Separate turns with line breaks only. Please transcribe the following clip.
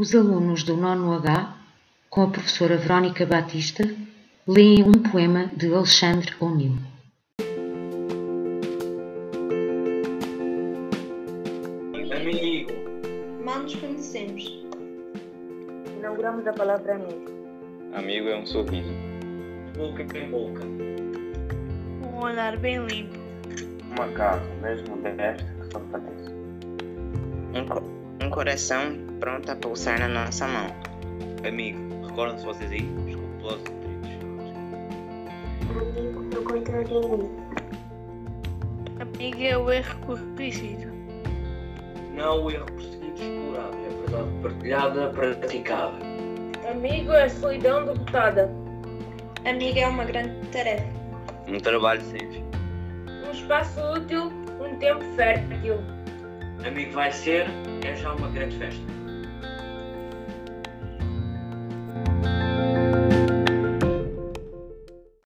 Os alunos do nono H, com a professora Verónica Batista, leem um poema de Alexandre O'Neill.
Amigo,
Mal nos conhecemos.
Inauguramos a palavra amigo.
amigo é um sorriso. Boca em boca.
Um olhar bem limpo,
Uma casa, mesmo modesta, que só pertence.
um, co- um coração pronto a pulsar na nossa mão.
Amigo, recordam-se vocês aí? Desculpe pelos atritos.
Amigo, não contra ninguém.
amigo é o erro corrigido,
Não o erro perseguido explorado, é a verdade partilhada, praticada.
Amigo é a solidão derrotada.
Amiga é uma grande tarefa.
Um trabalho sem fim.
Um espaço útil, um tempo fértil.
Amigo, vai ser, é já uma grande festa.